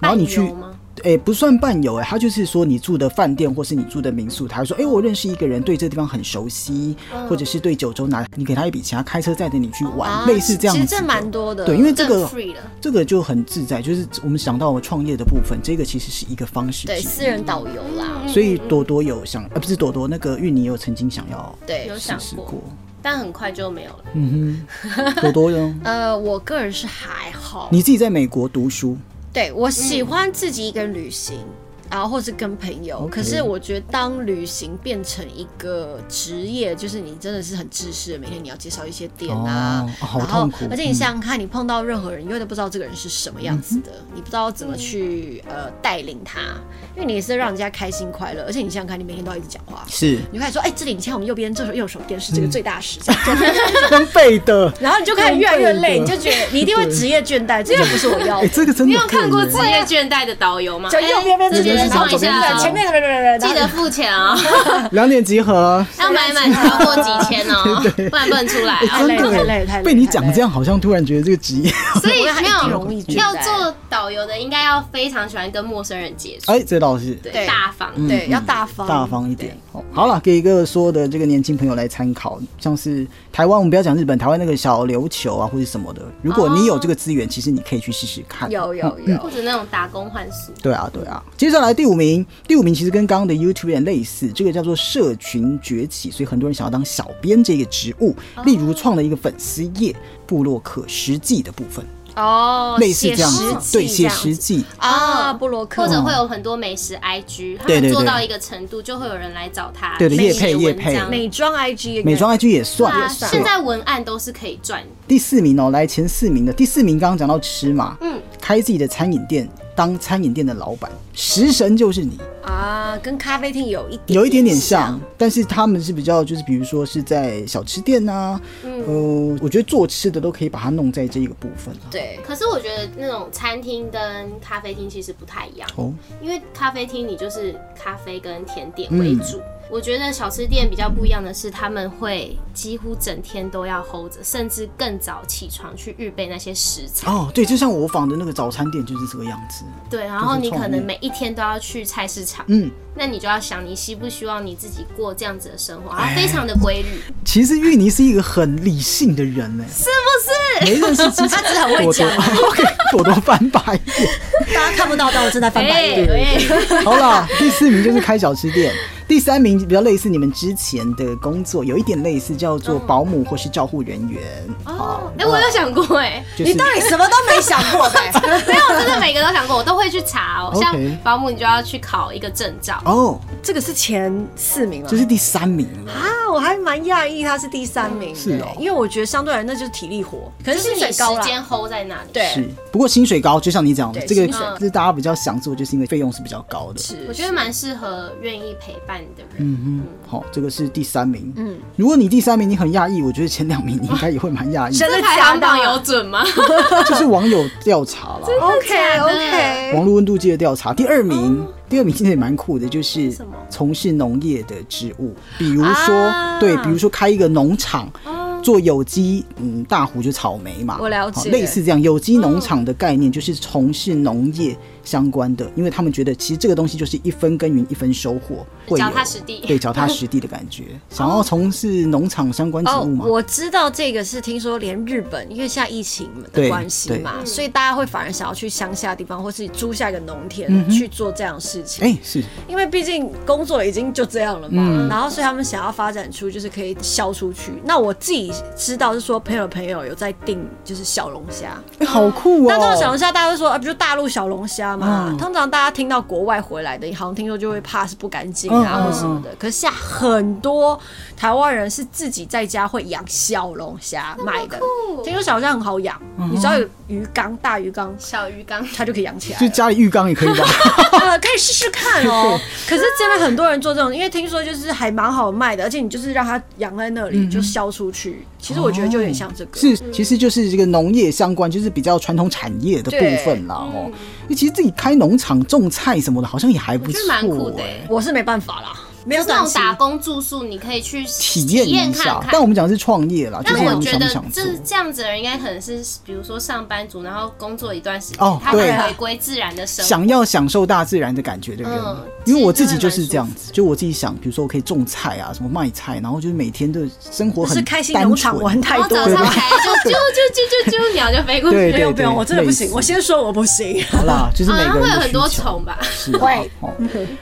Speaker 1: 然后你去
Speaker 4: 伴游吗？
Speaker 1: 诶、不算伴游诶、他就是说你住的饭店或是你住的民宿，他说诶、我认识一个人，对这地方很熟悉，或者是对九州哪，你给他一笔钱，他开车载着你去玩，
Speaker 5: 啊
Speaker 1: 类似这样
Speaker 5: 其
Speaker 1: 子
Speaker 5: 实
Speaker 1: 的。
Speaker 5: 这蛮多的，
Speaker 1: 对，因为这
Speaker 4: 更
Speaker 1: 个
Speaker 4: free 了，
Speaker 1: 这个就很自在，就是我们想到我创业的部分，这个其实是一个方式。
Speaker 5: 对私。人导游啦，
Speaker 1: 所以
Speaker 4: 嗯
Speaker 1: 朵朵有想，呃，不是朵朵，那个芋泥有曾经想要
Speaker 5: 对
Speaker 4: 有，想
Speaker 1: 试试
Speaker 4: 过，
Speaker 1: 过。
Speaker 4: 但很快就没有了。
Speaker 1: 嗯哼，朵朵呢？
Speaker 5: 呃，我个人是还好，
Speaker 1: 你自己在美国读书，
Speaker 5: 对我喜欢自己一个人旅行，然后或是跟朋友。
Speaker 1: OK
Speaker 5: 可是我觉得，当旅行变成一个职业，就是你真的是很自私的，每天你要介绍一些店啊，
Speaker 1: 哦好
Speaker 5: 然后
Speaker 1: 痛苦
Speaker 5: 而且你想想看，你碰到任何人，你永远都不知道这个人是什么样子的，你不知道怎么去呃带领他，因为你也是让人家开心快乐，而且你想想看，你每天都要一直讲话。
Speaker 1: 是
Speaker 5: 你就开始说，哎、这里你看我们右边，这手右手边是这
Speaker 1: 嗯
Speaker 5: 个最大的石像，
Speaker 1: 跟背的。
Speaker 5: 然后你就开始越来越累，
Speaker 1: 用背
Speaker 5: 你
Speaker 1: 的
Speaker 5: 就觉得你一定会职业倦怠，这就不是我要
Speaker 1: 哎、
Speaker 5: 的。
Speaker 1: 这个真的
Speaker 4: 你
Speaker 1: 会耶。
Speaker 4: 有看过职业倦怠的导游吗？
Speaker 5: 就右边边
Speaker 4: 哎
Speaker 5: 这边，
Speaker 4: 记
Speaker 5: 然
Speaker 4: 得
Speaker 5: 后
Speaker 4: 放一
Speaker 5: 左边
Speaker 4: 下
Speaker 5: 边，
Speaker 4: 哦
Speaker 5: 前面的人人人，
Speaker 4: 记
Speaker 5: 然
Speaker 4: 得
Speaker 5: 后
Speaker 4: 付钱 哦，
Speaker 1: 两点集合？
Speaker 4: 要买满超过几千 哦，不然不能出来
Speaker 1: 哎
Speaker 4: 哦。
Speaker 1: 真的
Speaker 5: 太累太
Speaker 1: 耶
Speaker 5: 累太累
Speaker 1: 被你讲这样，好像突然觉得这个职 业，
Speaker 4: 所以没
Speaker 5: 太
Speaker 4: 有
Speaker 5: 容易倦
Speaker 4: 要
Speaker 5: 怠
Speaker 4: 做导游的，应该要非常喜欢跟陌生人接触，
Speaker 1: 哎，嗯这倒是
Speaker 5: 对
Speaker 4: 对，大方。
Speaker 5: 对，要大方，
Speaker 1: 大方一点。哦好了，给一个说的这个年轻朋友来参考，像是台湾，我们不要讲日本，台湾那个小琉球啊或者什么的，如果你有这个资源，其实你可以去试试看。
Speaker 5: 对。有有
Speaker 4: 或
Speaker 5: 有，
Speaker 4: 者那种打工换宿，
Speaker 1: 对啊，对啊。接下来第五名，第五名其实跟刚刚的 YouTube 有点类似，这个叫做社群崛起，所以很多人想要当小编这个职务，例如创了一个粉丝页、部落客实际的部分，
Speaker 5: 哦
Speaker 1: 类似这样
Speaker 5: 写
Speaker 1: 子
Speaker 5: 实，际
Speaker 1: 对，
Speaker 5: 这
Speaker 1: 写
Speaker 5: 样
Speaker 1: 实际。
Speaker 5: 啊，布洛克
Speaker 4: 或者会有很多美食 IG，他
Speaker 1: 对对
Speaker 4: 们
Speaker 1: 对
Speaker 4: 做到一个程度，就会有人来找他
Speaker 1: 对对
Speaker 4: 美
Speaker 1: 业
Speaker 4: 食
Speaker 1: 配业
Speaker 4: 文
Speaker 1: 配
Speaker 4: 章
Speaker 5: 美妆 IG，也可以
Speaker 1: 美妆 IG 也算，
Speaker 4: 啊，
Speaker 1: 对
Speaker 4: 现在文案都是可以赚，
Speaker 1: 第四名哦，来前四名的第四名，刚刚讲到吃嘛，
Speaker 4: 嗯，
Speaker 1: 开自己的餐饮店，当餐饮店的老板，食神就是你，
Speaker 5: 啊，跟咖啡厅有一点
Speaker 1: 有一点点像，但是他们是比较就是比如说是在小吃店呐、嗯、呃，我觉得做吃的都可以把它弄在这一个部分啊
Speaker 5: 对，
Speaker 4: 可是我觉得那种餐厅跟咖啡厅其实不太一样，
Speaker 1: 哦，
Speaker 4: 因为咖啡厅你就是咖啡跟甜点为主。
Speaker 1: 嗯
Speaker 4: 我觉得小吃店比较不一样的是，他们会几乎整天都要 hold 着，甚至更早起床去预备那些食材。
Speaker 1: 哦，对，就像我仿的那个早餐店就是这个样子，
Speaker 4: 对，然后你可
Speaker 1: 就是创
Speaker 4: 能
Speaker 1: 意
Speaker 4: 每一天都要去菜市场，
Speaker 1: 嗯，
Speaker 4: 那你就要想你希不希望你自己过这样子的生活，然后
Speaker 1: 哎
Speaker 4: 非常的规律。
Speaker 1: 其实芋泥是一个很理性的人呢，是不是？没认识之前，他只很会讲 ，OK，朵朵翻白眼。
Speaker 5: 大家看不到，但我正在翻白眼。
Speaker 4: 哎
Speaker 1: 好啦，第四名就是开小吃店，第三名比较类似你们之前的工作，有一点类似，叫做保姆或是照护人员。
Speaker 4: 哦，哎，我有想过哎，
Speaker 1: 就是
Speaker 5: 底什么都没想 过呗？
Speaker 4: 没有， 我真的每个都想过，我都会去查哦。
Speaker 1: OK
Speaker 4: 像保姆，你就要去考一个证照，
Speaker 1: 哦，
Speaker 5: 这个是前四名了
Speaker 1: 这。是第三名了。
Speaker 5: 啊，我还蛮讶异他是第三名的，
Speaker 1: 是哦
Speaker 5: 因为我觉得相对来那就是体力活，可
Speaker 4: 就是是
Speaker 5: 薪
Speaker 4: 你
Speaker 5: 水高
Speaker 4: 时
Speaker 5: 啦，
Speaker 4: 间 hold 在那里。
Speaker 1: 是
Speaker 5: 对，，
Speaker 1: 不过薪水高，就像你讲的，
Speaker 5: 对
Speaker 1: 这个
Speaker 5: 薪水
Speaker 1: 是大家比较想做，就是因为费用是比较高的。
Speaker 5: 是
Speaker 4: 我觉得蛮适合愿意陪伴的人。
Speaker 1: 嗯哼，好，这个是第三名。嗯，如果你第三名你很讶异，我觉得前两名你应该也会蛮讶异
Speaker 5: 真
Speaker 1: 的，
Speaker 5: 的
Speaker 4: 这排
Speaker 5: 假
Speaker 4: 行
Speaker 5: 的
Speaker 4: 榜有准吗？
Speaker 1: 就是网友调查啦，
Speaker 5: OK
Speaker 4: 的
Speaker 5: OK，
Speaker 1: 网络温度计的调查，第二名，第二名其实也蛮酷的，就是
Speaker 4: 什么
Speaker 1: 从事农业的职务，比如说、
Speaker 5: 啊
Speaker 1: 对，比如说开一个农场。做有机，嗯，大湖就草莓嘛，
Speaker 5: 我了解
Speaker 1: 好类似这样有机农场的概念，就是从事农业相关的，因为他们觉得其实这个东西就是一分耕耘一分收获，会有
Speaker 4: 脚踏实地
Speaker 1: 对，脚踏实地的感觉。想要从事农场相关职
Speaker 5: 哦
Speaker 1: 务，嘛，
Speaker 5: 我知道这个是听说连日本，因为现在疫情的
Speaker 1: 对
Speaker 5: 关系
Speaker 1: 对
Speaker 5: 嘛，所以大家会反而想要去乡下地方，或是租下一个农田、去做这样的事
Speaker 1: 嗯
Speaker 5: 情。
Speaker 1: 哎、嗯是
Speaker 5: 因为毕竟工作已经就这样了嘛，然后所以他们想要发展出就是可以销出去。那我自己知道是说朋友朋友有在订就是小龙虾，
Speaker 1: 哎、好酷哦，
Speaker 5: 那这种小龙虾大家会说啊，不就大陆小龙虾家嘛。
Speaker 1: 嗯
Speaker 5: 通常大家听到国外回来的，好像听说就会怕是不干净啊
Speaker 1: 嗯
Speaker 5: 或什么的。可是现在很多台湾人是自己在家会养小龙虾卖的，听说小龙虾很好养，你只要有鱼缸、大鱼缸，
Speaker 4: 小鱼缸，
Speaker 5: 它就可以养起来
Speaker 1: 就
Speaker 5: 了。
Speaker 1: 家里浴缸也可以吧？
Speaker 5: 呃，可以试试 看哦。可是真的很多人做这种，因为听说就是还蛮好卖的，而且你就是让它养在那里就销出去。其实我觉得就有点像这个，
Speaker 1: 嗯哦是，其实就是这个农业相关，就是比较传统产业的部分啦。
Speaker 4: 嗯
Speaker 1: 哦，因为其实自己开农场种菜什么的，好像也还不
Speaker 4: 我觉
Speaker 1: 错、
Speaker 4: 得蛮酷的
Speaker 1: 哎
Speaker 4: 欸。
Speaker 5: 我是没办法啦，没
Speaker 4: 就
Speaker 5: 有
Speaker 4: 是那
Speaker 5: 短
Speaker 4: 种
Speaker 5: 期。
Speaker 4: 打工住宿，你可以去
Speaker 1: 体验一
Speaker 4: 看
Speaker 1: 下
Speaker 4: 看。，
Speaker 1: 但我们讲的是创业啦，就
Speaker 4: 但
Speaker 1: 是
Speaker 4: 我
Speaker 1: 你
Speaker 4: 觉
Speaker 1: 想不
Speaker 4: 得
Speaker 1: 想做？
Speaker 4: 这这样子的人应该可能是，比如说上班族，然后工作一段时间，
Speaker 1: 哦
Speaker 4: 他会
Speaker 1: 对
Speaker 4: 回归自然的生活。
Speaker 1: 想要享受大自然的感觉的人，
Speaker 4: 嗯
Speaker 1: 因为我
Speaker 4: 其
Speaker 1: 自
Speaker 4: 实
Speaker 1: 己
Speaker 4: 真的
Speaker 1: 就是这样子，就我自己想，比如说我可以种菜啊，什么卖菜，然后就是每天的生活
Speaker 5: 我是
Speaker 1: 很
Speaker 5: 开心
Speaker 1: 单
Speaker 5: 农场
Speaker 1: 纯
Speaker 5: 玩太
Speaker 4: 然后
Speaker 5: 多
Speaker 4: 早
Speaker 5: 了
Speaker 4: 上
Speaker 5: 吧。
Speaker 4: 起来 就啾啾啾啾啾，鸟就飞过去。
Speaker 1: 对
Speaker 5: 没
Speaker 1: 对
Speaker 5: 有
Speaker 1: 对，
Speaker 5: 没有，我真的不
Speaker 1: 类
Speaker 5: 行。
Speaker 1: 似
Speaker 5: 我先说我不行。
Speaker 1: 好啦，就是
Speaker 4: 好
Speaker 1: 每
Speaker 4: 像
Speaker 1: 个
Speaker 4: 啊会
Speaker 1: 人
Speaker 4: 有
Speaker 1: 的
Speaker 4: 很多
Speaker 1: 需求
Speaker 4: 虫吧？
Speaker 1: 是啊，哦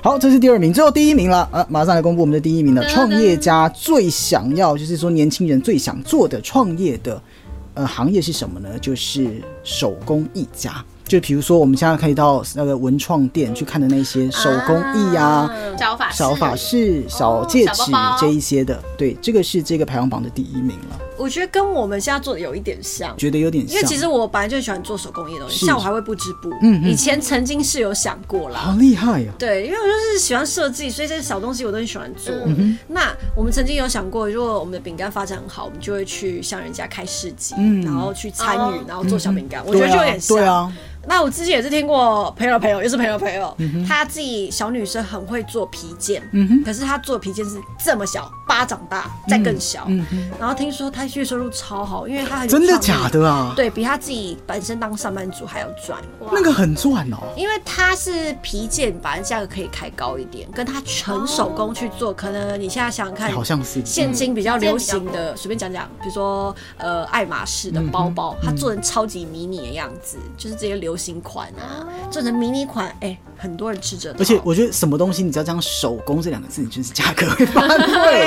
Speaker 1: 好，这是第二名，最后第一名了。呃，马上来公布我们的第一名了。
Speaker 4: 噔噔
Speaker 1: 创业家最想要，就是说年轻人最想做的创业的呃行业是什么呢？就是手工艺家。就比如说我们现在可以到那个文创店去看的那些手工艺呀、
Speaker 4: 嗯小
Speaker 5: 啊
Speaker 4: 法式
Speaker 1: 小法式、小戒
Speaker 5: 哦
Speaker 1: 指
Speaker 4: 小包包
Speaker 1: 这一些的，对，这个是这个排行榜的第一名了，
Speaker 5: 我觉得跟我们现在做的有一点像。
Speaker 1: 觉得有点
Speaker 5: 因
Speaker 1: 像。
Speaker 5: 为其实我本来就很喜欢做手工艺的东
Speaker 1: 是
Speaker 5: 西，像我还会布织布，
Speaker 1: 嗯嗯
Speaker 5: 以前曾经是有想过啦，
Speaker 1: 好厉害啊呀、
Speaker 5: 对，因为我就是喜欢设计，所以这些小东西我都很喜欢做。
Speaker 1: 哼
Speaker 5: 那我们曾经有想过，如果我们的饼干发展很好，我们就会去向人家开市集，
Speaker 1: 嗯
Speaker 5: 然后去参与，
Speaker 4: 哦
Speaker 5: 然后做小饼干。我觉
Speaker 1: 对
Speaker 5: 得就有
Speaker 1: 啊
Speaker 5: 点，像。
Speaker 1: 对啊，
Speaker 5: 那我之前也是听过朋友的朋友，也是朋友的朋友，
Speaker 1: 嗯
Speaker 5: 她自己小女生很会做皮件，可是她做的皮件是这么小，巴掌大，再更小。然后听说她月收入超好，因为她很有
Speaker 1: 嗯真的
Speaker 5: 创意
Speaker 1: 假？的啊？
Speaker 5: 对比她自己本身当上班族还要赚。
Speaker 1: 那个很赚哦。
Speaker 5: 因为它是皮件，反正价格可以开高一点，跟它纯手工去做，可能你现在想想看，
Speaker 1: 好像是
Speaker 5: 现今比较流行的，随便讲讲，比如说呃爱马仕的包
Speaker 1: 嗯
Speaker 5: 包，它做成超级迷你的样子，就是这些流行款啊，做成迷你款，哎，很多人吃着。
Speaker 1: 而且我觉得什么东西，你只要讲手工这两个字，你就是价格会翻 倍。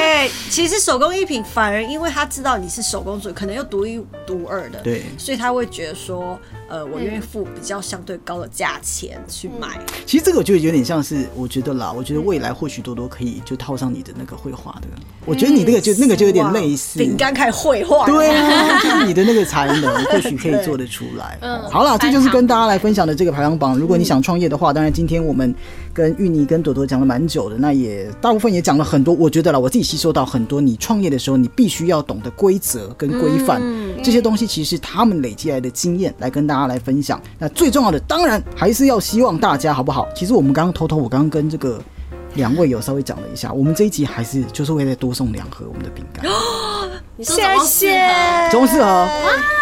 Speaker 5: 对，其实手工艺品反而因为他知道你是手工主，可能又独一独二的，
Speaker 1: 对
Speaker 5: 所以他会觉得说，呃，我愿意付比较相对高的价钱去买。
Speaker 1: 其实这个我觉得有点像是，我觉得啦，我觉得未来或许多多可以就套上你的那个绘画的，我觉得你那个就那个就有点类似
Speaker 5: 饼干开始绘画，
Speaker 1: 对啊，就是你的那个才能，或许可以做得出来。好啦，这就是跟大家来分享的这个排行榜。如果你想创业的话，当然今天我们跟芋泥跟朵朵讲了蛮久的，那也大部分也讲了很多。我觉得啦，我自己吸收到很多，你创业的时候你必须要懂得规则跟规范、这些东西，其实是他们累积来的经验来跟大家来分享。那最重要的，当然还是要希望大家好不好？其实我们刚刚偷偷，我刚刚跟这个。两位有稍微讲了一下，我们这一集还是就是会再多送两盒我们的饼干，
Speaker 4: 你说
Speaker 5: 谢
Speaker 4: 总共四
Speaker 5: 谢
Speaker 4: 盒，
Speaker 1: 总共四盒。
Speaker 5: 啊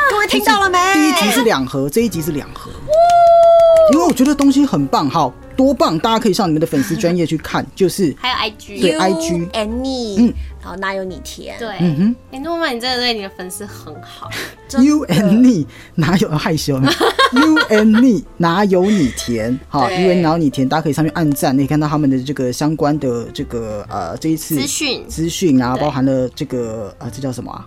Speaker 5: 各位听到了没？
Speaker 1: 第一集是两盒，这一集是两盒。因为我觉得东西很棒，好多棒，大家可以上你们的粉丝专业去看，就是
Speaker 4: 还有 IG，
Speaker 1: 对嗯
Speaker 5: You
Speaker 1: IG
Speaker 5: and me，、然后哪有你甜？
Speaker 4: 对，嗯哼，哎，诺曼，你真的对你的粉丝很好，
Speaker 1: You and me 哪有害羞 呢？You and me 哪有你甜？好
Speaker 5: 对
Speaker 1: ，You and 哪有你甜？大家可以上去按赞，你可以看到他们的这个相关的这个呃这一次
Speaker 4: 资讯
Speaker 1: 资讯啊，
Speaker 4: 对
Speaker 1: 包含了这个啊、呃这叫什么啊？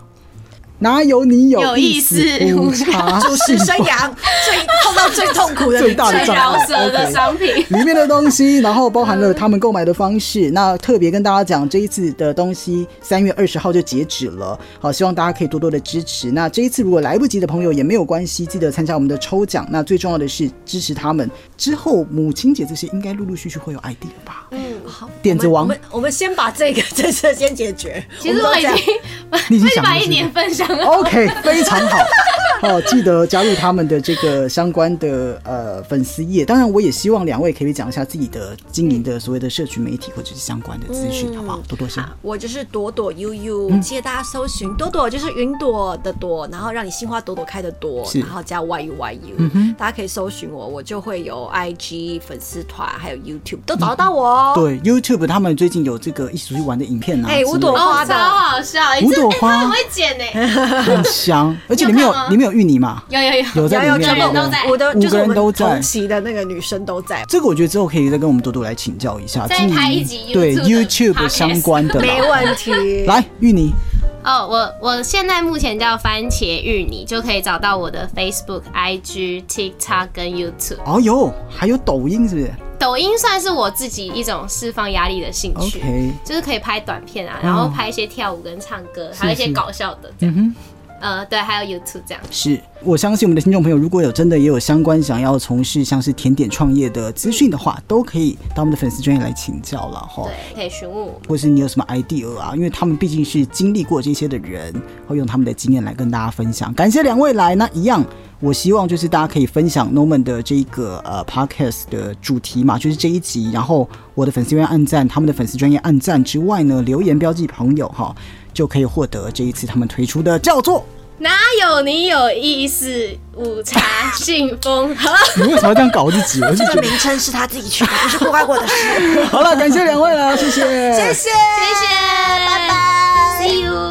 Speaker 1: 哪有你有
Speaker 4: 有
Speaker 1: 意
Speaker 4: 意
Speaker 1: 思？
Speaker 4: 思
Speaker 1: 无 差
Speaker 5: 主持生 涯最碰到最痛苦的
Speaker 1: 最大的
Speaker 4: 最
Speaker 1: 障
Speaker 4: 饶
Speaker 1: 碍
Speaker 4: 舌的
Speaker 1: OK
Speaker 4: 商品。
Speaker 1: 里面的东西，然后包含了他们购买的方式。那特别跟大家讲，这一次的东西三月二十号就截止了，好，希望大家可以多多的支持。那这一次如果来不及的朋友也没有关系，记得参加我们的抽奖。那最重要的是支持他们。之后母亲节这些应该陆陆续续会有 ID 了吧？
Speaker 4: 嗯，
Speaker 1: 点子
Speaker 5: 我
Speaker 1: 王
Speaker 5: 们我们先把这个 这次先解决。
Speaker 4: 其实
Speaker 5: 们
Speaker 4: 我
Speaker 5: 都
Speaker 4: 已
Speaker 5: 这样
Speaker 4: 经，
Speaker 1: 你已经
Speaker 4: 我已经
Speaker 1: 想
Speaker 4: 把
Speaker 1: 了是
Speaker 4: 一
Speaker 1: 不是
Speaker 4: 年份想了。
Speaker 1: ，OK，非常好。哦，记得加入他们的这个相关的呃粉丝页。当然，我也希望两位可以讲一下自己的经营的所谓的社群媒体或者是相关的资讯，好不好？多多谢。
Speaker 5: 我就是朵朵悠悠，
Speaker 1: 嗯
Speaker 5: 记得大家搜寻朵朵就是云朵的朵，然后让你心花朵朵开的朵，
Speaker 1: 是嗯
Speaker 5: 然后加 Y U Y U，、大家可以搜寻我，我就会有 I G 粉丝团，还有 YouTube
Speaker 1: 嗯
Speaker 5: 都找得到我哦。
Speaker 1: 对，YouTube 他们最近有这个一起出去玩的影片啊，
Speaker 5: 哎
Speaker 1: 之类的
Speaker 5: 五朵
Speaker 4: 哦
Speaker 5: 花，
Speaker 4: 超
Speaker 5: 的
Speaker 4: 好笑！哎，
Speaker 1: 五
Speaker 4: 这
Speaker 1: 朵
Speaker 4: 哎
Speaker 1: 花
Speaker 4: 他很会剪呢。
Speaker 1: 很香， 而且里面有
Speaker 4: 你有看吗
Speaker 1: 里面有芋泥嘛，
Speaker 4: 有有 有，
Speaker 1: 有在
Speaker 5: 有有
Speaker 1: 里面
Speaker 5: 有，全
Speaker 4: 有
Speaker 5: 部
Speaker 4: 都在
Speaker 5: 我的
Speaker 1: 五
Speaker 5: 就是
Speaker 1: 个
Speaker 5: 我
Speaker 1: 人
Speaker 5: 们
Speaker 1: 都在
Speaker 5: 同期的那个女生都在，
Speaker 1: 这个我觉得之后可以再跟我们多多来请教一下，
Speaker 4: 再
Speaker 1: 经营
Speaker 4: 拍一集
Speaker 1: 对
Speaker 4: YouTube 的
Speaker 1: YouTube 相关的啦
Speaker 5: 没问题。
Speaker 1: 来，芋泥，
Speaker 4: 哦，我我现在目前叫番茄芋泥，就可以找到我的 Facebook、IG、TikTok 跟 YouTube。
Speaker 1: 哦哟，还有抖音是不是
Speaker 4: 抖音算是我自己一种释放压力的兴趣
Speaker 1: ？OK，
Speaker 4: 就是可以拍短片啊，然后拍一些跳舞跟唱歌，还有一
Speaker 1: 嗯
Speaker 4: 些
Speaker 1: 是
Speaker 4: 搞笑的这
Speaker 1: 嗯
Speaker 4: 样。
Speaker 1: 哼。
Speaker 4: 呃，对，还有 YouTube 这样。
Speaker 1: 是我相信我们的听众朋友，如果有真的也有相关想要从事像是甜点创业的资讯的话，都可以到我们的粉丝专业来请教了哈
Speaker 4: 对。，可以询问我们。
Speaker 1: 或是你有什么 idea 啊？因为他们毕竟是经历过这些的人，会用他们的经验来跟大家分享。感谢两位来，那一样，我希望就是大家可以分享 Norman 的这个呃 podcast 的主题嘛，就是这一集。然后我的粉丝专业暗赞，他们的粉丝专业暗赞之外呢，留言标记朋友哈，就可以获得这一次他们推出的叫做
Speaker 4: 哪有你有意思？午茶信封盒。
Speaker 1: 你为什么要这样搞自己？我是觉得
Speaker 5: 这 个名称是他自己取的，不是郭开过的事。
Speaker 1: 好了，感谢两位了，谢谢，谢谢。
Speaker 5: 谢谢，
Speaker 4: 谢谢，拜拜，See you。